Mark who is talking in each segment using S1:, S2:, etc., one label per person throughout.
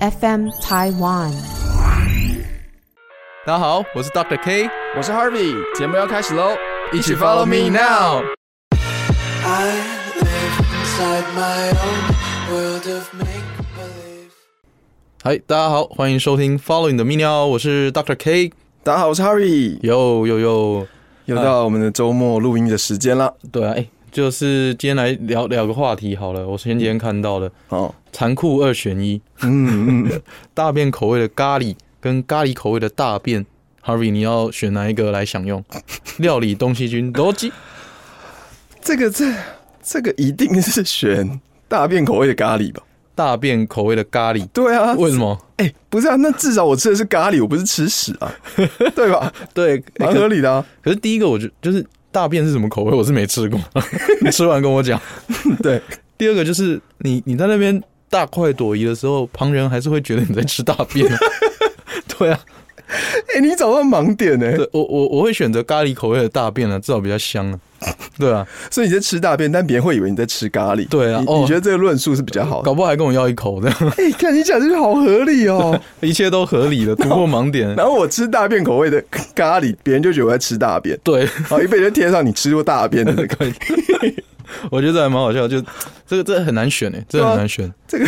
S1: FM Taiwan。
S2: 大家好，我是 Doctor K，
S3: 我是 Harvey，节目要开始喽，
S2: 一起 follow me now。
S4: I live inside my own world of make believe.
S2: 嗨，大家好，欢迎收听 Follow 你的泌尿，我是 Doctor K。
S3: 大家好，我是 Harry，
S2: 哟哟哟，
S3: 又到我们的周末录音的时间了。
S2: 对啊，哎、就是今天来聊聊个话题好了。我前几天看到的
S3: 哦，
S2: 残酷二选一，
S3: 嗯嗯，
S2: 大便口味的咖喱跟咖喱口味的大便。Harvey，你要选哪一个来享 用？料理东西君逻辑
S3: 这个这这个一定是选大便口味的咖喱吧？
S2: 大便口味的咖喱，
S3: 对啊，
S2: 为什？么？
S3: 哎、不是啊，那至少我吃的是咖喱，我不是吃屎 啊，对吧？
S2: 对，
S3: 蛮合理的啊，
S2: 可是第一个，我就就是大便是什么口味，我是没吃 过。你吃完跟我讲。
S3: 嗯对，
S2: 第二个就是你你在那边大快朵颐的时候，旁人还是会觉得你在吃大便。啊 对啊，
S3: 哎、你找到盲点呢、
S2: 对我我我会选择咖喱口味的大便啊，至少比较香啊。对啊，
S3: 所以你在吃大便，但别人会以为你在吃咖喱。
S2: 对啊
S3: 你,、
S2: 哦
S3: 你觉得这个论述是比较好的？
S2: 搞不好还跟我要一口这样，
S3: 哎、看你讲这个好合理 哦。
S2: 一切都合理的，突破盲点。
S3: 然后我吃大便口味的咖喱，别人就觉得我在吃大便，
S2: 对，
S3: 好，一被人贴上你吃过大便的那个，
S2: 我觉得这还蛮好笑，就这个这很难选诶、欸这
S3: 对啊
S2: 很难选。
S3: 这个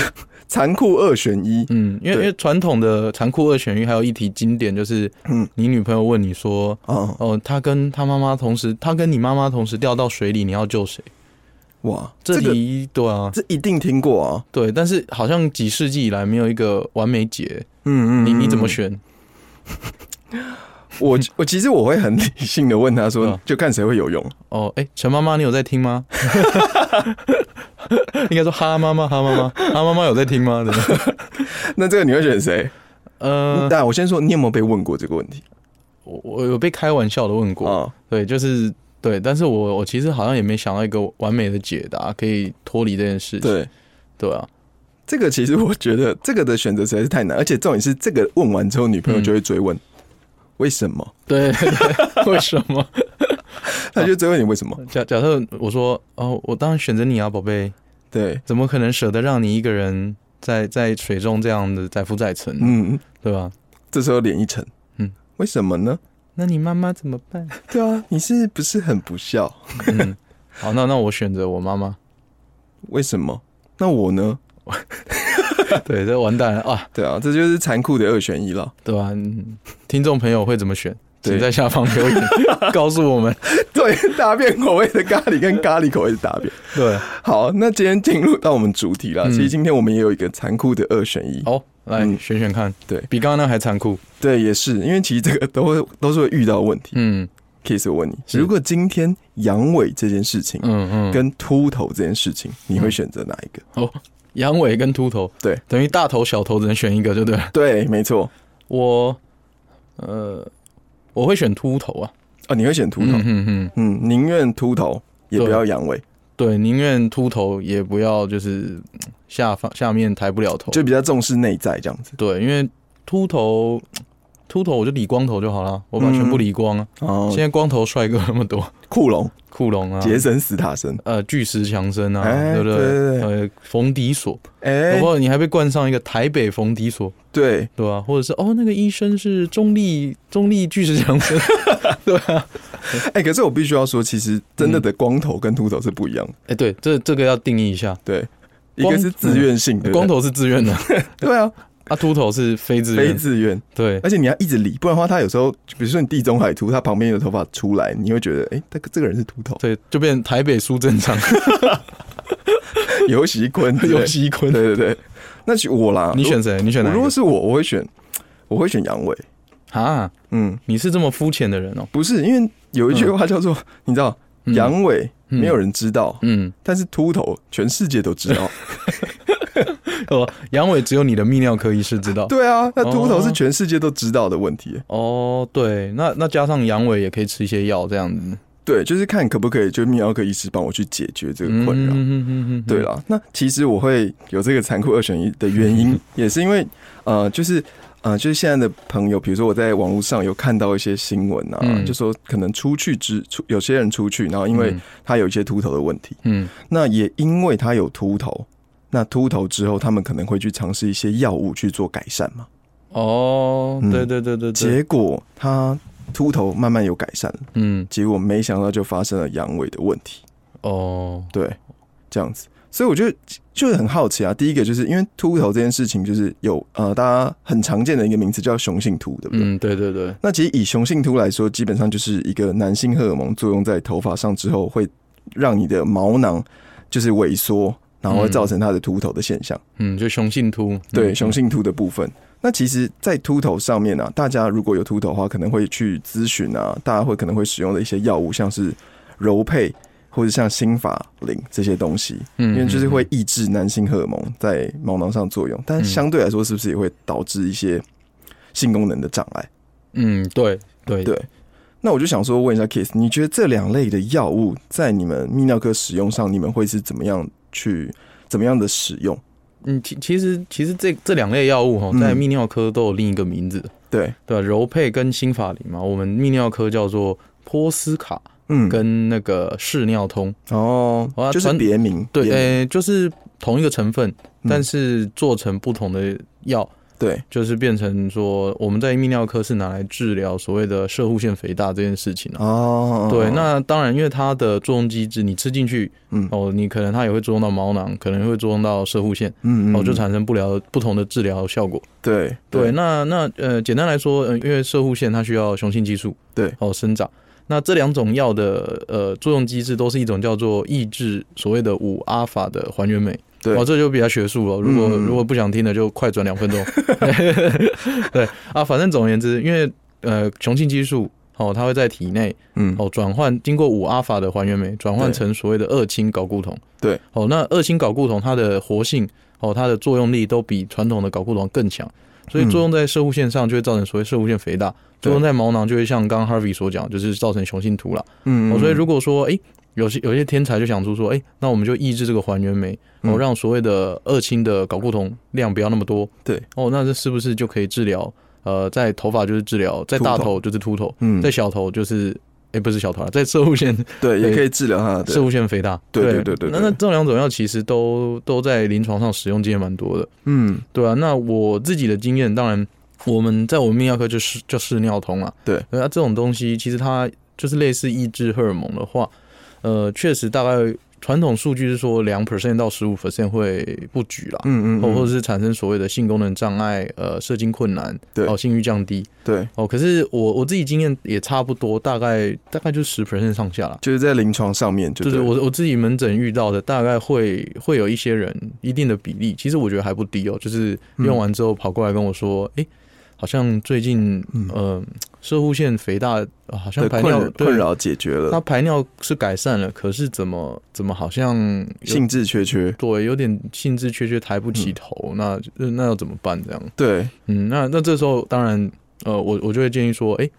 S3: 残酷二选一，
S2: 嗯，因为因
S3: 对
S2: 为传统的残酷二选一还有一题经典就是，嗯
S3: 嗯，
S2: 你女朋友问你说，
S3: 哦
S2: 哦，他跟他妈妈同时，他跟你妈妈同时掉到水里，你要救谁？
S3: 哇，
S2: 这
S3: 这个
S2: 题、对啊，
S3: 这一定听过啊，
S2: 对，但是好像几世纪以来没有一个完美解，
S3: 嗯
S2: 你你怎么？选？
S3: 我我其实我会很理性的问他说
S2: 嗯，
S3: 就看谁会有用，
S2: 哦，哎、陈妈妈，你有在听吗？ 应该说哈妈妈，哈妈妈，哈妈妈有在听吗？ 真的，
S3: 那这个你会选谁？
S2: 呃，
S3: 但我先说，你有没有被问过这个问题？
S2: 我我有被开玩笑的问过，
S3: 啊，
S2: 对，就是对，但是我我其实好像也没想到一个完美的解答可以脱离这件事情，
S3: 对，
S2: 对啊，
S3: 这个其实我觉得这个的选择实在是太难，而且重点是这个问完之后，女朋友就会追问、
S2: 嗯
S3: 为什么，
S2: 对，对 为什么？
S3: 她就追问你为什么。
S2: 假假设我说哦，我当然选择你啊，宝贝，
S3: 对，
S2: 怎么可能舍得让你一个人在在水中这样的载浮载沉，
S3: 嗯，
S2: 对吧？
S3: 这时候脸一沉，
S2: 嗯
S3: 嗯，为什么呢？
S2: 那你妈妈怎么办？
S3: 对啊，你是不是很不孝？
S2: 嗯，好，那那我选择我妈妈。
S3: 为什么？那我呢？
S2: 对，这完蛋了啊，
S3: 对啊，这就是残酷的二选一了。
S2: 对吧、嗯听众朋友会怎么选？
S3: 对
S2: 请在下方留 言告诉我们。
S3: 对，大便口味的咖喱跟咖喱口味的大便。
S2: 对，
S3: 好，那今天进入到我们主题了。
S2: 嗯
S3: 其实今天我们也有一个残酷的二选一。
S2: 好，来、
S3: 嗯
S2: 选选看，
S3: 对
S2: 比刚刚那还残酷。
S3: 对，也是，因为其实这个都会都是会遇到的问题。
S2: 嗯
S3: Kiss，我问你，
S2: 是
S3: 如果今天阳痿这件事情
S2: 嗯嗯，
S3: 跟秃头这件事情，你会选择哪一个？
S2: 哦，阳痿跟秃头，
S3: 对
S2: 等于大头小头只能选一个，对不对了？
S3: 对，没错。
S2: 我，呃，我会选秃头啊。
S3: 哦，你会选秃头
S2: 嗯？嗯嗯，
S3: 嗯，宁愿秃头也不要阳痿，
S2: 对，宁愿秃头也不要就是嗯下方下面抬不了头。
S3: 就比较重视内在这样子。
S2: 对，因为秃头，秃头我就理光头就好了，我把全部理光啊。
S3: 哦
S2: 现，在光头帅哥那么多，
S3: 库龙、
S2: 库龙啊，
S3: 杰森、斯塔森，
S2: 呃，巨石强森啊，
S3: 哎
S2: 对不
S3: 对对
S2: 呃，冯迪索，
S3: 哎
S2: 然，后你还被冠上一个台北冯迪索，
S3: 对，
S2: 对吧、或者是哦，那个医生是中立中立巨石强森，
S3: 哎，可是我必须要说，其实真
S2: 嗯
S3: 的的光头跟秃头是不一样的。
S2: 哎，对，这这个要定义一下，
S3: 对，一
S2: 光嗯
S3: 个是自愿性的，
S2: 光
S3: 头
S2: 头是自愿的，
S3: 对啊，
S2: 啊，秃头是非自
S3: 非
S2: 愿，
S3: 自哎愿，
S2: 对，
S3: 而且你要一直理，不然的话，他有时候，比如说你地中海秃，他旁边有头发出来，你会觉得，哎，这个这个人是秃头，
S2: 对，就变台北苏贞昌、
S3: 尤喜坤之类的，
S2: 尤熙坤，
S3: 对对对，那是我啦。
S2: 你选谁？你选
S3: 我
S2: 哪一
S3: 如果
S2: 个？
S3: 是我，我会选，我会选阳痿。
S2: 啊，
S3: 嗯，
S2: 你是这么肤浅的人哦，
S3: 不是，因为有一句话叫做，你知道，
S2: 嗯
S3: 阳痿
S2: 嗯
S3: 没有人知道，
S2: 嗯，
S3: 但是秃头全世界都 知道。
S2: 哦，阳痿只有你的泌尿科医师知道。
S3: 对啊，那秃头
S2: 哦
S3: 是全世界都知道的问题。
S2: 哦，对，那那加上阳痿也可以吃一些药这样子，
S3: 对，就是看可不可以，就泌尿科医师帮我去解决这个困扰。
S2: 嗯
S3: 对，啦，那其实我会有这个残酷二选一的 原因，也是因为呃，就是呃，就是现在的朋友，比如说我在网络上有看到一些新闻啊，
S2: 嗯
S3: 就说可能出去之出有些人出去，然后因为
S2: 嗯
S3: 他有一些秃头的问题，
S2: 嗯
S3: 那也因为他有秃头，那秃头之后，他们可能会去尝试一些药物去做改善嘛。
S2: 哦，
S3: 嗯
S2: 对对对对对，
S3: 结果他秃头慢慢有改善了，
S2: 嗯，
S3: 结果没想到就发生了阳痿的问题。
S2: 哦，
S3: 对，这样子。所以我就就是很好奇啊。第一个就是因为秃头这件事情，就是有呃，大家很常见的一个名词叫雄性秃，对不对？
S2: 嗯，对对对，
S3: 那其实以雄性秃来说，基本上就是一个男性荷尔蒙作用在头发上之后，会让你的毛囊就是萎缩，然后会造成它的秃头的现象。
S2: 嗯，就雄性秃，
S3: 对，
S2: 嗯
S3: 雄，性秃的部分。那其实，在秃头上面啊，大家如果有秃头的话，可能会去咨询啊，大家会可能会使用的一些药物，像是柔沛或者像新法林这些东西，
S2: 嗯嗯
S3: 因为就是会，抑制男性荷尔蒙在毛囊上作用，但相对来说，是不是也会导致一些性功能的障碍？
S2: 嗯，嗯对对
S3: 对那我就想说，问一下 Kiss，你觉得这两类的药物在你们泌尿科使用上，你们会是怎么样去怎么样的使用？
S2: 嗯，其其实其实这这两类药物哈，
S3: 嗯
S2: 在泌尿科都有另一个名字，
S3: 对，
S2: 对吧？柔沛跟新法林嘛，我们泌尿科叫做波斯卡
S3: 嗯，
S2: 跟那个视尿通，
S3: 哦
S2: 好啊，
S3: 就是
S2: 传
S3: 别名，
S2: 对，
S3: 别名
S2: 呃，就是同一个成分，
S3: 嗯
S2: 但是做成不同的药。
S3: 对，
S2: 就是变成说，我们在泌尿科是拿来治疗所谓的射护腺肥大这件事情啊。
S3: 哦，
S2: 对，那当然，因为它的作用机制，你吃进去
S3: 嗯
S2: 哦，你可能它也会作用到毛囊，可能会作用到射护腺，
S3: 嗯
S2: 哦，就产生不了不同的治疗效果。
S3: 对
S2: 对，那那呃，简单来说，呃，因为射护腺它需要雄性激素
S3: 对
S2: 哦生长。那这两种药的呃作用机制都是一种叫做抑制所谓的五阿法的还原酶，
S3: 对
S2: 哦，这就比较学术了。如果、
S3: 嗯
S2: 如果不想听的，就快转两分钟。 对啊，反正总而言之，因为呃雄性激素哦，它会在体内
S3: 嗯
S2: 哦转换，经过五阿法的还原酶转换
S3: 对
S2: 成所谓的二氢睾固酮。
S3: 对，
S2: 哦，那二氢睾固酮它的活性哦，它的作用力都比传统的睾固酮更强，所以
S3: 嗯
S2: 作用在射护腺上就会造成所谓射护腺肥大，
S3: 对
S2: 作用在毛囊就会像刚刚 Harvey 所讲，就是造成雄性秃了。
S3: 嗯
S2: 哦，所以如果说诶有些有些天才就想出说，诶，那我们就抑制这个还原酶，哦，
S3: 嗯
S2: 让所谓的二氢的睾固酮量不要那么多。
S3: 对，
S2: 哦，那这是不是就可以治疗？呃，在头发就是治疗，在
S3: 秃头
S2: 大头就是秃头，
S3: 嗯
S2: 在小头就是，诶，不是小头啊，在射护腺
S3: 对也可以治疗它
S2: 射
S3: 的，
S2: 物腺肥大，
S3: 对对对对对
S2: 那那这两种药其实都都在临床上使用经验蛮多的，
S3: 嗯
S2: 对啊。那我自己的经验，当然我们在我们泌尿科就是叫视尿酮啊，
S3: 对。
S2: 那、这种东西其实它就是类似抑制荷尔蒙的话，呃，确实大概传统数据是说两 percent 到十五 percent 会不举啦。哦
S3: 嗯嗯，
S2: 或或者
S3: 者
S2: 是产生所谓的性功能障碍、呃，射精困难，
S3: 对
S2: 哦，性欲降低，
S3: 对，
S2: 哦，可是我我自己经验也差不多，大概大概就十 percent 上下啦。
S3: 就是在临床上面，
S2: 就是
S3: 对
S2: 我我自己门诊遇到的，大概会会有一些人一定的比例，其实我觉得还不低哦。就是
S3: 嗯
S2: 用完之后跑过来跟我说，诶，好像最近
S3: 嗯
S2: 呃射护腺肥大，呃好像
S3: 的
S2: 排
S3: 困
S2: 尿
S3: 扰困，
S2: 对
S3: 扰解决
S2: 他
S3: 了，
S2: 排尿是改善了，可是怎么怎么好像有
S3: 兴致缺缺，
S2: 对有点兴致缺缺，抬不
S3: 嗯
S2: 起头，那那那要怎么办？这样，
S3: 对
S2: 嗯，那那这时候当然呃，我我就会建议说，诶。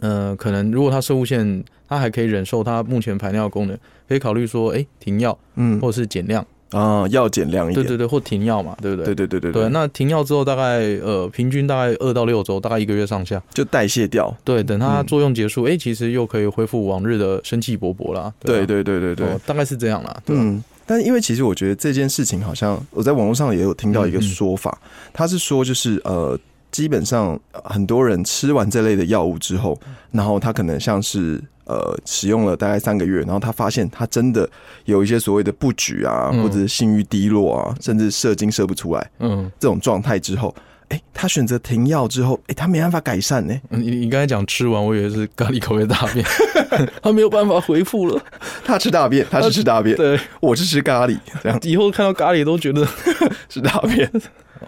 S2: 呃，可能如果他射物线，他还可以忍受他目前排尿的功能，可以考虑说，诶，停药，
S3: 嗯
S2: 或者是减量，
S3: 啊要减量一
S2: 对
S3: 点，
S2: 对对，或停药嘛，对不对？
S3: 对对对对
S2: 对
S3: 对，
S2: 那停药之后大概呃平均大概二到六周，大概一个月上下。
S3: 就代谢掉，
S2: 对，等它
S3: 嗯
S2: 作用结束，哎、其实又可以恢复往日的生气勃勃啦。
S3: 对
S2: 啊
S3: 对对对对
S2: 哦，大概是这样啦。对啊、
S3: 嗯，但因为其实我觉得这件事情好像我在网络上也有听到一
S2: 嗯
S3: 个说法，他是说就是呃，基本上很多人吃完这类的药物之后，然后他可能像是。呃，使用了大概三个月，然后他发现他真的有一些所谓的不举啊，
S2: 嗯
S3: 或者是性欲低落啊，甚至射精射不出来
S2: 嗯
S3: 这种状态之后，哎、他选择停药之后，哎、他没办法改善呢、
S2: 嗯，你你刚才讲吃完，我以为是咖喱口味大便， 他没有办法回复了。
S3: 他吃大便，他是吃大便，
S2: 对，
S3: 我是吃咖喱，这样
S2: 以后看到咖喱都觉得，
S3: 吃大便。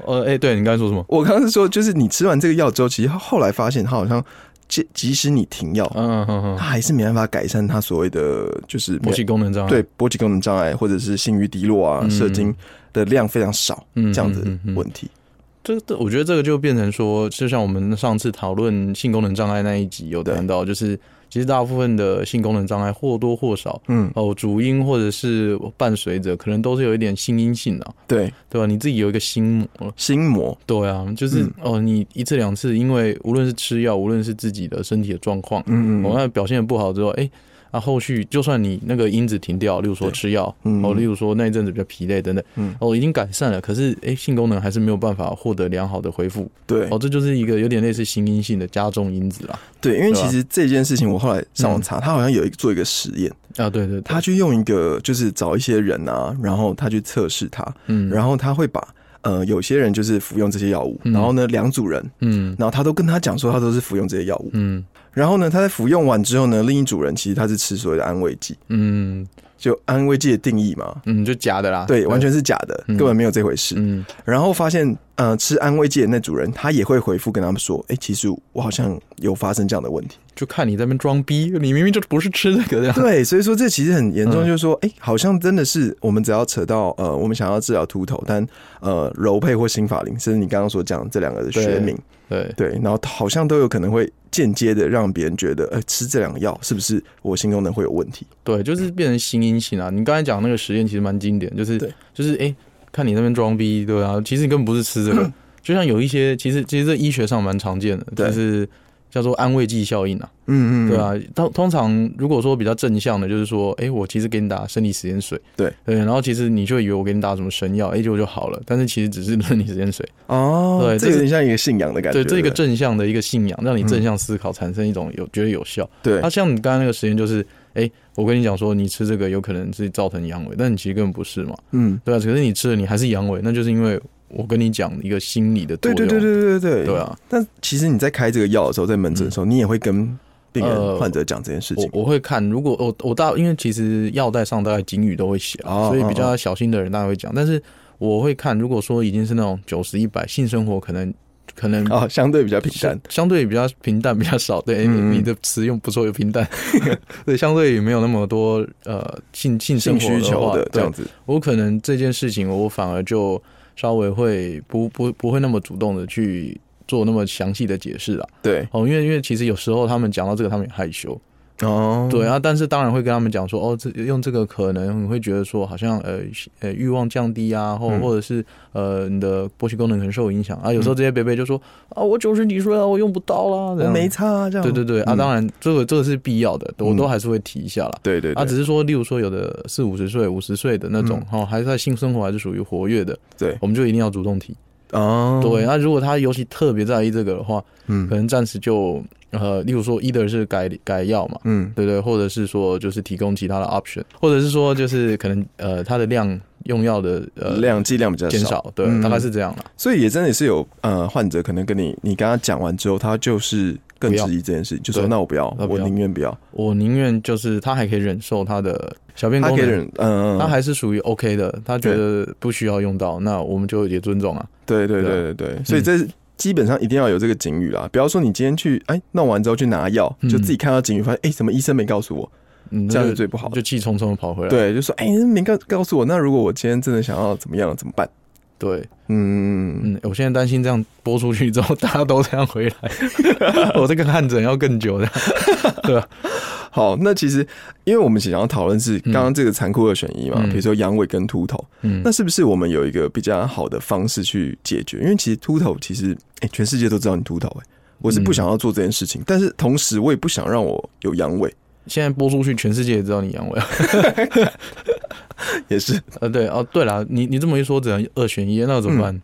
S2: 呃，哎、对你刚才说什么？
S3: 我刚刚是说，就是你吃完这个药之后，其实后来发现，它好像即即使你停药，
S2: 嗯嗯
S3: 它
S2: 嗯，
S3: 还是没办法改善它所谓的就是
S2: 勃起功能障碍。
S3: 对，勃起功能障碍或者是性欲低落啊、
S2: 嗯
S3: 射精的量非常少
S2: 嗯
S3: 这样子
S2: 嗯嗯嗯
S3: 问题。
S2: 这这，我觉得这个就变成说，就像我们上次讨论性功能障碍那一集有谈到，就是其实大部分的性功能障碍或多或少
S3: 嗯，
S2: 哦，主因或者是伴随着，可能都是有一点性阴性啊，
S3: 对，
S2: 对吧？你自己有一个心魔，
S3: 心魔，
S2: 对啊，就是、
S3: 嗯
S2: 哦，你一次两次，因为无论是吃药，无论是自己的身体的状况，
S3: 嗯
S2: 哦，那表现得不好之后，哎、那、后续就算你那个因子停掉，例如说
S3: 对
S2: 吃药，
S3: 嗯
S2: 哦，例如说那一阵子比较疲累等等，
S3: 嗯
S2: 哦，已经改善了，可是哎、性功能还是没有办法获得良好的恢复，
S3: 对
S2: 哦，这就是一个有点类似心因性的加重因子啦。
S3: 对，因啊嗯为
S2: 对吧
S3: 其实这件事情我后来上网查，他好像有一个做一个实验，
S2: 啊，对对对，
S3: 他去用一个就是找一些人啊，然后他去测试他，
S2: 嗯，
S3: 然后他会把呃有些人就是服用这些药物，
S2: 嗯
S3: 然后呢两组人。
S2: 嗯
S3: 然后他都跟他讲说，他都是服用这些药物。
S2: 嗯
S3: 然后呢，他在服用完之后呢，另一组人其实他是吃所谓的安慰剂，
S2: 嗯
S3: 就安慰剂的定义嘛，
S2: 嗯，就假的啦，
S3: 对，完全是假的，
S2: 嗯
S3: 根本没有这回事。
S2: 嗯
S3: 然后发现，呃，吃安慰剂的那组人，他也会回复跟他们说，哎、其实我好像有发生这样的问题。
S2: 就看你在那边装逼，你明明就不是吃那个 的。
S3: 对，所以说这其实很严重，
S2: 嗯
S3: 就是说，哎、好像真的是我们只要扯到呃，我们想要治疗秃头，但呃，柔配或新法林，甚至你刚刚所讲这两个的学名，
S2: 对，
S3: 对，然后好像都有可能会间接的让别人觉得，哎、吃这两个药是不是我性功能会有问题？
S2: 对，就是变成新阴性啊。你刚才讲那个实验其实蛮经典，就是
S3: 对
S2: 就是哎、诶看你那边装逼，对啊，其实你根本不是吃 这个。就像有一些，其实其实这医学上蛮常见的，
S3: 对
S2: 就是叫做安慰剂效应啊，
S3: 嗯
S2: 对，啊。通通常如果说比较正向的，就是说，哎、我其实给你打生理食盐水，
S3: 对
S2: 对，然后其实你就以为我给你打什么神药，哎、结果就好了，但是其实只是生理食盐水。
S3: 哦，
S2: 对这
S3: 这有
S2: 是
S3: 点像一个信仰的感觉。
S2: 对，
S3: 嗯
S2: 这个
S3: 不
S2: 正向的一个信仰，让你正向思考，产生一种有觉得有效。
S3: 对
S2: 那、，像你刚才那个实验，就是，哎、我跟你讲说，你吃这个有可能是造成阳痿，但你其实根本不是嘛，
S3: 嗯，
S2: 对啊，可是你吃了你还是阳痿，那就是因为我跟你讲一个心理的作
S3: 对
S2: 用。
S3: 对对对对对
S2: 对啊，嗯
S3: 但其实你在开这个药的时候，在门诊的时候，你也会跟病人
S2: 呃
S3: 患者讲这件事情。
S2: 我我会看，如果我我大，因为其实药袋上大概警语都会写、啊
S3: 哦
S2: 所以比
S3: 哦
S2: 较小心的人大概会讲。但是我会看，如果说已经是那种九十一百，性生活可能可能
S3: 哦，相对比较平淡
S2: 相。相对比较平淡，比较少。对，
S3: 嗯
S2: 你你的词用不错，又平淡。 对，相对于没有那么多呃性性生
S3: 性
S2: 活
S3: 需求
S2: 的
S3: 的
S2: 话
S3: 这样
S2: 对，
S3: 子，
S2: 我可能这件事情我反而就稍微会不不不会那么主动的去做那么详细的解释啦。
S3: 对
S2: 哦，因为因为其实有时候他们讲到这个，他们也害羞。
S3: 哦，
S2: 对啊，但是当然会跟他们讲说，哦，这用这个可能你会觉得说，好像呃呃欲望降低啊，或
S3: 嗯
S2: 或者是呃你的勃起功能可能受影响啊。有时候这些北北就说啊，我九十几岁了，我用不到啦，这
S3: 我
S2: 样
S3: 没差啊这样。
S2: 对对对啊，
S3: 嗯
S2: 当然这个这个是必要的，我都
S3: 嗯
S2: 还是会提一下啦。
S3: 对对
S2: 啊，只
S3: 对
S2: 是说，例如说有的四五十岁、五十岁的那种哈，还是在性生活还是属于活跃的，
S3: 对
S2: 我们就一定要主动提。
S3: 哦，
S2: 对，，啊那如果他尤其特别在意这个的话，可
S3: 嗯
S2: 能暂时就呃，例如说，either 是改改药嘛，
S3: 嗯，
S2: 对对，或者是说就是提供其他的 option，或者是说就是可能呃它的量用药的呃
S3: 量剂量比较
S2: 减少，对，
S3: 嗯
S2: 大概是这样啦。
S3: 所以也真的是有呃患者可能跟你你跟他讲完之后，他就是更
S2: 不要
S3: 质疑这件事，就说
S2: 对
S3: 那我不要，
S2: 那不
S3: 我
S2: 要
S3: 宁愿不要。
S2: 我宁愿就是他还可以忍受他的小便
S3: 他
S2: 功
S3: 可以
S2: 能，
S3: 忍，嗯，嗯
S2: 他还是属于 OK 的，他觉得不需要用到，那我们就也尊重啊。
S3: 对对对对对，所以这是基本上一定要有这个警语啦，不要说你今天去哎弄完之后去拿药，
S2: 嗯
S3: 就自己看到警语发现哎怎么医生没告诉我，
S2: 嗯，
S3: 这样
S2: 那
S3: 是最不好的
S2: 就气冲冲的跑回来。
S3: 对，就说哎你没告告诉我，那如果我今天真的想要怎么样怎么办？
S2: 对，
S3: 嗯，
S2: 嗯，我现在担心这样播出去之后， 大家都这样回来，我这个看诊要更久的。
S3: 好，那其实因为我们想要讨论是刚刚这个残酷二选一嘛，
S2: 嗯
S3: 比如说阳痿跟秃头，
S2: 嗯，
S3: 那是不是我们有一个比较好的方式去解决？因为其实秃头其实，哎、全世界都知道你秃头、哎，我是不
S2: 嗯
S3: 想要做这件事情，但是同时我也不想让我有阳痿，
S2: 现在播出去，全世界也知道你阳痿。啊
S3: 也是，
S2: 呃，对哦，对了，你你这么一说，只能二选一，那怎么办？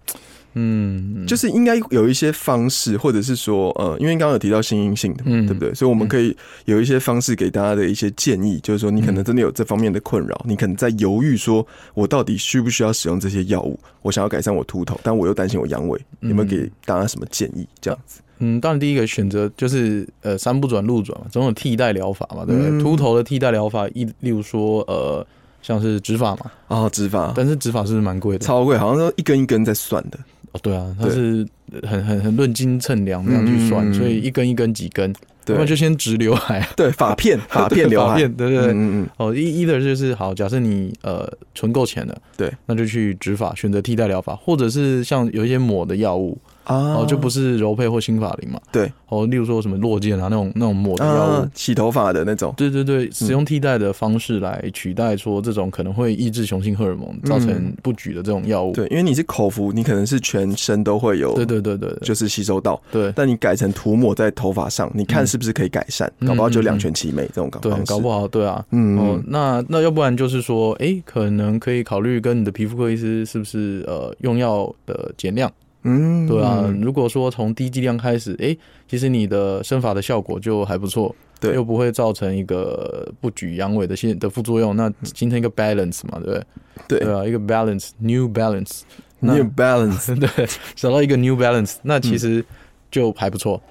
S2: 嗯，
S3: 就是应该有一些方式，或者是说，呃，因为刚刚有提到新阴性的嘛，
S2: 嗯
S3: 对不对？所以我们可以有一些方式给大家的一些建议，就是说，你可能真的有这方面的困扰，你可能在犹豫说，我到底需不需要使用这些药物？我想要改善我秃头，但我又担心我阳痿，有没有给大家什么建议？这样子，
S2: 嗯，当然第一个选择就是呃三不转路转嘛，总有替代疗法嘛，对不
S3: 嗯
S2: 对？秃、头的替代疗法，一例如说呃像是植发嘛，
S3: 哦，植发。
S2: 但是啊植发是不是蛮贵的？
S3: 超贵，好像都一根一根在算的。
S2: 哦，对啊，它
S3: 对
S2: 是很很很论斤称量这样去算，
S3: 嗯
S2: 所以一根一根几根，要
S3: 对
S2: 不然就先植刘海，
S3: 对，发片，发片刘
S2: 发
S3: 海，
S2: 片对对对。
S3: 嗯嗯嗯，
S2: 哦，一一的就是好，假设你呃存够钱了，
S3: 对，
S2: 那就去植发，选择替代疗法，或者是像有一些抹的药物，
S3: 啊
S2: 哦，就不是柔配或新法林嘛，
S3: 对，
S2: 哦，例如说什么落剑啊那种那种抹的药物，
S3: 啊，嗯洗头发的那种，
S2: 对对对，使用替代的方式来取代说这种可能会抑制雄性荷尔蒙造成不举的这种药物，
S3: 嗯对，因为你是口服，你可能是全身都会有，
S2: 对对对对对
S3: 就是吸收到。
S2: 对
S3: 但你改成涂抹在头发上，你看是不是可以改善？
S2: 嗯
S3: 搞不好就两全其美这种搞
S2: 对
S3: 方，式。
S2: 搞不好对啊。
S3: 嗯，
S2: 哦
S3: 嗯，
S2: 那那要不然就是说，哎、可能可以考虑跟你的皮肤科医师是不是呃用药的减量，
S3: 嗯，
S2: 对啊。
S3: 嗯
S2: 如果说从低剂量开始，哎、其实你的生发的效果就还不错，
S3: 对
S2: 又不会造成一个不举阳痿的现的副作用。那今天一个 balance 嘛，对不对？
S3: 嗯对
S2: 对啊，一个 balance，new balance，那
S3: ，New Balance，
S2: 对，找到一个 New Balance，那其实就还不错，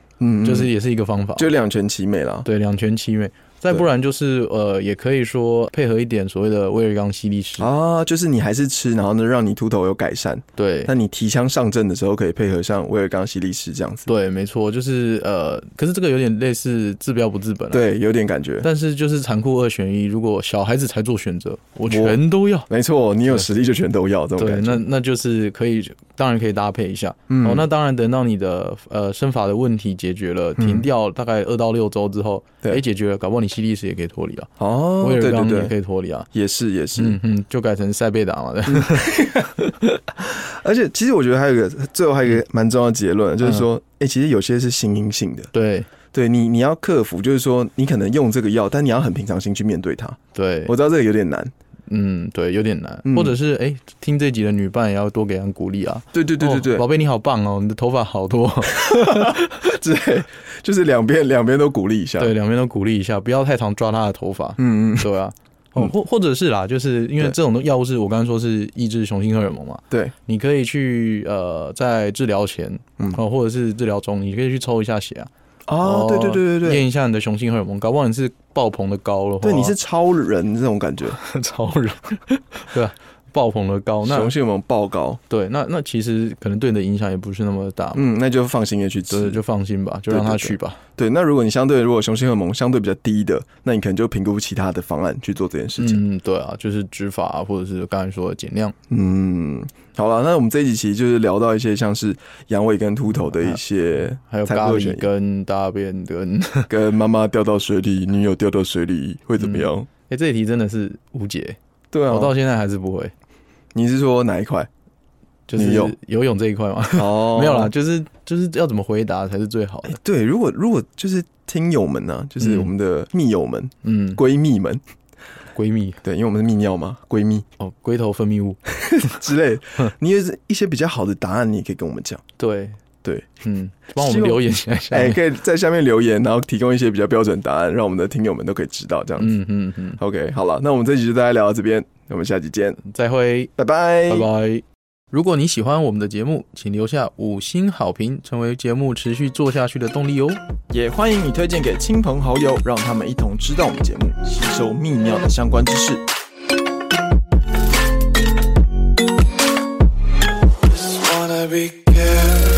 S3: 嗯，
S2: 就是
S3: 嗯
S2: 也是一个方法，
S3: 就两全其美啦。
S2: 对，两全其美。再不然就是呃，也可以说配合一点所谓的威尔刚西力士，
S3: 啊，就是你还是吃，然后呢让你秃头有改善，
S2: 对
S3: 那你提枪上阵的时候可以配合上威尔刚西力士这样子。
S2: 对，没错，就是呃，可是这个有点类似治标不治本、啊，。
S3: 对，有点感觉。
S2: 但是就是残酷二选一，如果小孩子才做选择，我全都要。
S3: 没错，你有实力就全都要这种
S2: 对，
S3: 感觉。
S2: 那那就是可以，当然可以搭配一下。
S3: 嗯
S2: 哦，那当然，等到你的呃生发的问题解决了，停掉大概二到六周之后，
S3: 嗯对
S2: 哎，解决了，搞不好你西力士也可以脱离啊。
S3: 哦，
S2: 威尔
S3: 对
S2: 刚
S3: 对
S2: 也可
S3: 对，
S2: 以脱离啊。
S3: 也是也是。嗯
S2: 嗯嗯，就改成塞贝达嘛，对，
S3: 而且其实我觉得还有一个最后还
S2: 嗯
S3: 有一个蛮重要的结论，就是说，哎、其实有些是心因性的，
S2: 对
S3: 对你你要克服，就是说你可能用这个药，但你要很平常心去面对它。
S2: 对，
S3: 我知道这个有点难，
S2: 嗯对，有点难
S3: 嗯，
S2: 或者是哎，听这集的女伴也要多给人鼓励啊。
S3: 对对对对对，
S2: 哦宝贝你好棒哦，你的头发好多，
S3: 对，就是两边两边都鼓励一下。
S2: 对，两边都鼓励一下，不要太常抓她的头发，
S3: 嗯，嗯嗯，
S2: 对啊。哦，或或者是啦，就是因为
S3: 对
S2: 这种药物是我刚才说是抑制雄性荷尔蒙嘛，
S3: 对，
S2: 你可以去呃在治疗前，
S3: 嗯
S2: 哦或者是治疗中，你可以去抽一下血啊，
S3: 哦，对对对对对，
S2: 验一下你的雄性荷尔蒙，搞不好你是爆棚的高哦了，
S3: 对你是超人这种感觉，
S2: 超人， 对吧？爆棚的高，哦那
S3: 雄性我们爆高，
S2: 对，那那其实可能对你的影响也不是那么大，
S3: 嗯，那就放心的去
S2: 对，
S3: 吃。
S2: 就放心吧，就让他去吧。
S3: 对，那如果你相对如果雄性荷尔蒙相对比较低的，那你可能就评估其他的方案去做这件事情。
S2: 嗯，对啊，就是执法、啊、或者是刚才说的减量，
S3: 嗯，好了，那我们这一集其实就是聊到一些像是阳痿跟秃头的
S2: 啊
S3: 一些，
S2: 还有
S3: 才
S2: 咖
S3: 不会选
S2: 喱跟大便 跟，哎、
S3: 跟妈妈掉到水里，女友掉到水里会怎么样？
S2: 哎这一题真的是无解，
S3: 嗯对啊
S2: 我，到现在还是不会，
S3: 你是说哪一块？
S2: 就
S3: 你
S2: 是
S3: 有
S2: 游泳这一块嘛，
S3: 哦
S2: 没有啦，，就是就是要怎么回答才是最好的
S3: 哎，，对，如果如果就是听友们呢、啊就是
S2: 嗯
S3: 我们的密友们、
S2: 嗯，
S3: 闺蜜们，
S2: 闺蜜
S3: 对，因为我们是密尿嘛，闺 蜜
S2: 哦，龟头分泌物，
S3: 之类的，你有一些比较好的答案，你也可以跟我们讲。
S2: 对
S3: 对，
S2: 嗯，帮我
S3: 希
S2: 们
S3: 望
S2: 留言一下下
S3: 哎、
S2: 面，
S3: 可以在下面留言，然后提供一些比较标准答案，让我们的听友们都可以知道这样子。
S2: 嗯嗯嗯，
S3: OK，好了，那我们这集就大家聊到这边，我们下集见，
S2: 再会。
S3: 拜拜，
S2: 拜拜。如果你喜欢我们的节目，请留下五星好评，成为节目持续做下去的动力哦。
S3: 也欢迎你推荐给亲朋好友，让他们一同知道我们节目，吸收泌尿的相关知识。
S4: Just wanna be careful.